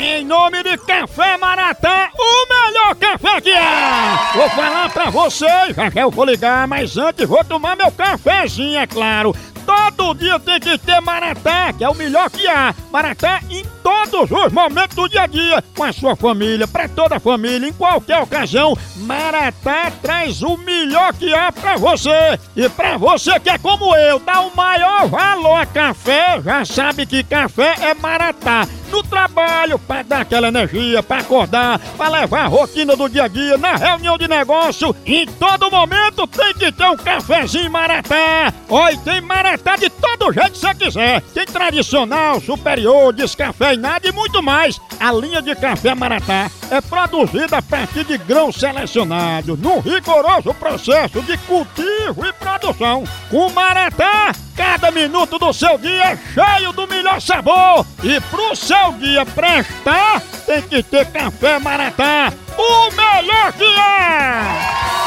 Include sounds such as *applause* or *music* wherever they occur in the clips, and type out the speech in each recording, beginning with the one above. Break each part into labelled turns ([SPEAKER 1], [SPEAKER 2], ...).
[SPEAKER 1] de Café Maratá, o melhor café que é! Vou falar pra vocês, já já eu vou ligar, mas antes vou tomar meu cafezinho, é claro. Todo dia tem que ter Maratá, que é o melhor que há. Maratá em todos os momentos do dia a dia, com a sua família, pra toda a família, em qualquer ocasião. Maratá traz o melhor que há é pra você. E pra você que é como eu, dá o maior valor a café, já sabe que café é Maratá. No trabalho, pra dar aquela energia, pra acordar, pra levar a rotina do dia a dia, na reunião de negócio, em todo momento tem que ter um cafezinho Maratá. Oi, tem Maratá de todo jeito que você quiser. Tem tradicional, superior, descafeinado e muito mais. A linha de café Maratá é produzida a partir de grãos selecionados, num rigoroso processo de cultivo e produção. Com Maratá, cada minuto do seu dia é cheio do melhor sabor. E pro seu dia prestar, tem que ter café Maratá, o melhor que é!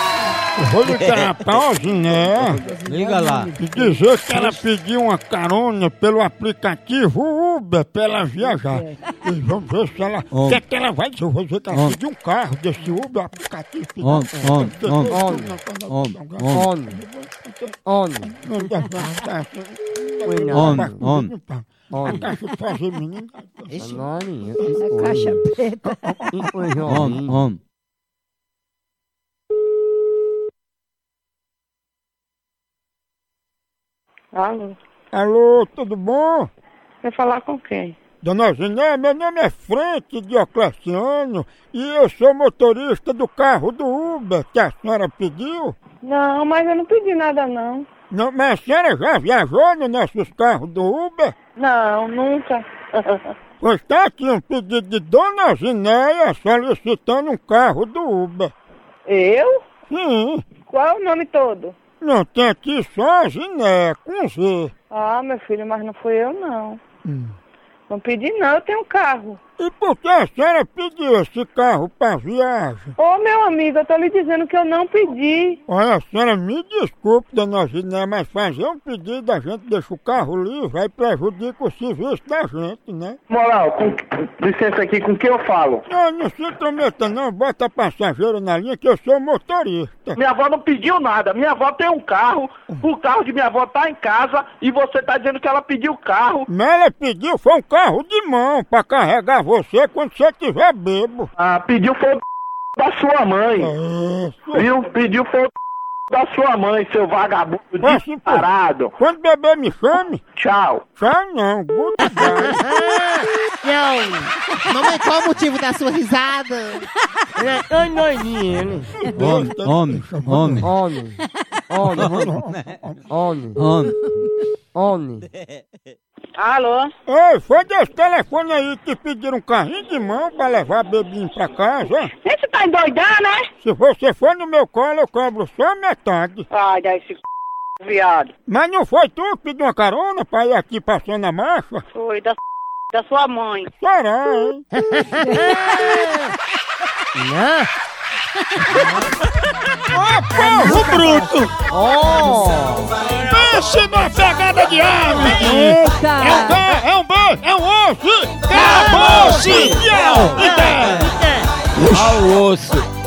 [SPEAKER 1] Eu Vou ligar a pausinha, né?
[SPEAKER 2] Liga lá.
[SPEAKER 1] E dizer que ela pediu uma carona pelo aplicativo Uber pra ela viajar. E vamos ver se ela. O que é que ela vai dizer? Eu vou dizer que ela
[SPEAKER 2] Homem.
[SPEAKER 1] pediu um carro desse Uber, o aplicativo.
[SPEAKER 2] Homem, homem, homem, homem,
[SPEAKER 1] homem.
[SPEAKER 3] Homem,
[SPEAKER 2] Homem, homem.
[SPEAKER 1] A caixa de fazer menino.
[SPEAKER 4] É
[SPEAKER 3] nome,
[SPEAKER 5] A caixa preta.
[SPEAKER 2] Homem, homem.
[SPEAKER 6] Alô?
[SPEAKER 1] Alô, tudo bom?
[SPEAKER 6] Quer falar com quem?
[SPEAKER 1] Dona Ziné, meu nome é Frente Diocleciano e eu sou motorista do carro do Uber que a senhora pediu.
[SPEAKER 6] Não, mas eu não pedi nada, não.
[SPEAKER 1] Não, mas a senhora já viajou nos nossos carros do Uber?
[SPEAKER 6] Não, nunca. *laughs*
[SPEAKER 1] Pois tá aqui um pedido de Dona Zineia solicitando um carro do Uber.
[SPEAKER 6] eu?
[SPEAKER 1] Sim,
[SPEAKER 6] Qual é o nome todo?
[SPEAKER 1] não tem aqui só a Zineia, com Z.
[SPEAKER 6] Ah, meu filho, mas não fui eu, não. Não pedi, não. Eu tenho um carro.
[SPEAKER 1] E por que a senhora pediu esse carro pra viagem?
[SPEAKER 6] Ô, meu amigo, eu tô lhe dizendo que eu não pedi.
[SPEAKER 1] Olha, a senhora me desculpe, Dona Zineia, mas fazer um pedido a gente deixa o carro livre, aí prejudica o serviço da gente, né?
[SPEAKER 7] Moral, com, licença aqui, com quem eu falo?
[SPEAKER 1] Não, não se intrometa não, bota passageiro na linha que eu sou motorista.
[SPEAKER 7] Minha avó não pediu nada. Minha avó tem um carro, o carro de minha avó tá em casa e você tá dizendo que ela pediu o carro.
[SPEAKER 1] Mas ela pediu foi um carro de mão pra carregar você quando você tiver bebo. É
[SPEAKER 7] Ah, pediu foi o da sua mãe,
[SPEAKER 1] Ah. Isso.
[SPEAKER 7] viu? Pediu foi o da sua mãe, seu vagabundo
[SPEAKER 1] Mas, sim, pô.
[SPEAKER 7] desparado.
[SPEAKER 1] Quando bebê me chame,
[SPEAKER 7] Tchau.
[SPEAKER 1] chame não, goodbye.
[SPEAKER 4] Não, mamãe, qual o motivo da sua risada?
[SPEAKER 3] Ele é tão doidinho, ele.
[SPEAKER 2] Homem, homem, homem.
[SPEAKER 3] Homem, homem, homem,
[SPEAKER 2] Homem.
[SPEAKER 3] homem.
[SPEAKER 6] Alô?
[SPEAKER 1] Ei, foi desse telefone aí que pediram um carrinho de mão pra levar bebinho pra casa.
[SPEAKER 6] Você tá endoidando, né?
[SPEAKER 1] Se você for no meu colo, eu cobro só metade.
[SPEAKER 6] Ai, dá esse c... viado.
[SPEAKER 1] Mas não foi tu que pediu uma carona pra ir aqui passando a marcha?
[SPEAKER 6] Foi da, da sua mãe.
[SPEAKER 1] Será, hein? *laughs*
[SPEAKER 3] Né?
[SPEAKER 1] Porro bruto!
[SPEAKER 3] Oh!
[SPEAKER 1] Pense numa pegada de ave! É um
[SPEAKER 5] Eita!
[SPEAKER 1] pé, é um boi, é um osso! Acabou-se! Tchau! E tchau!
[SPEAKER 2] Ao osso.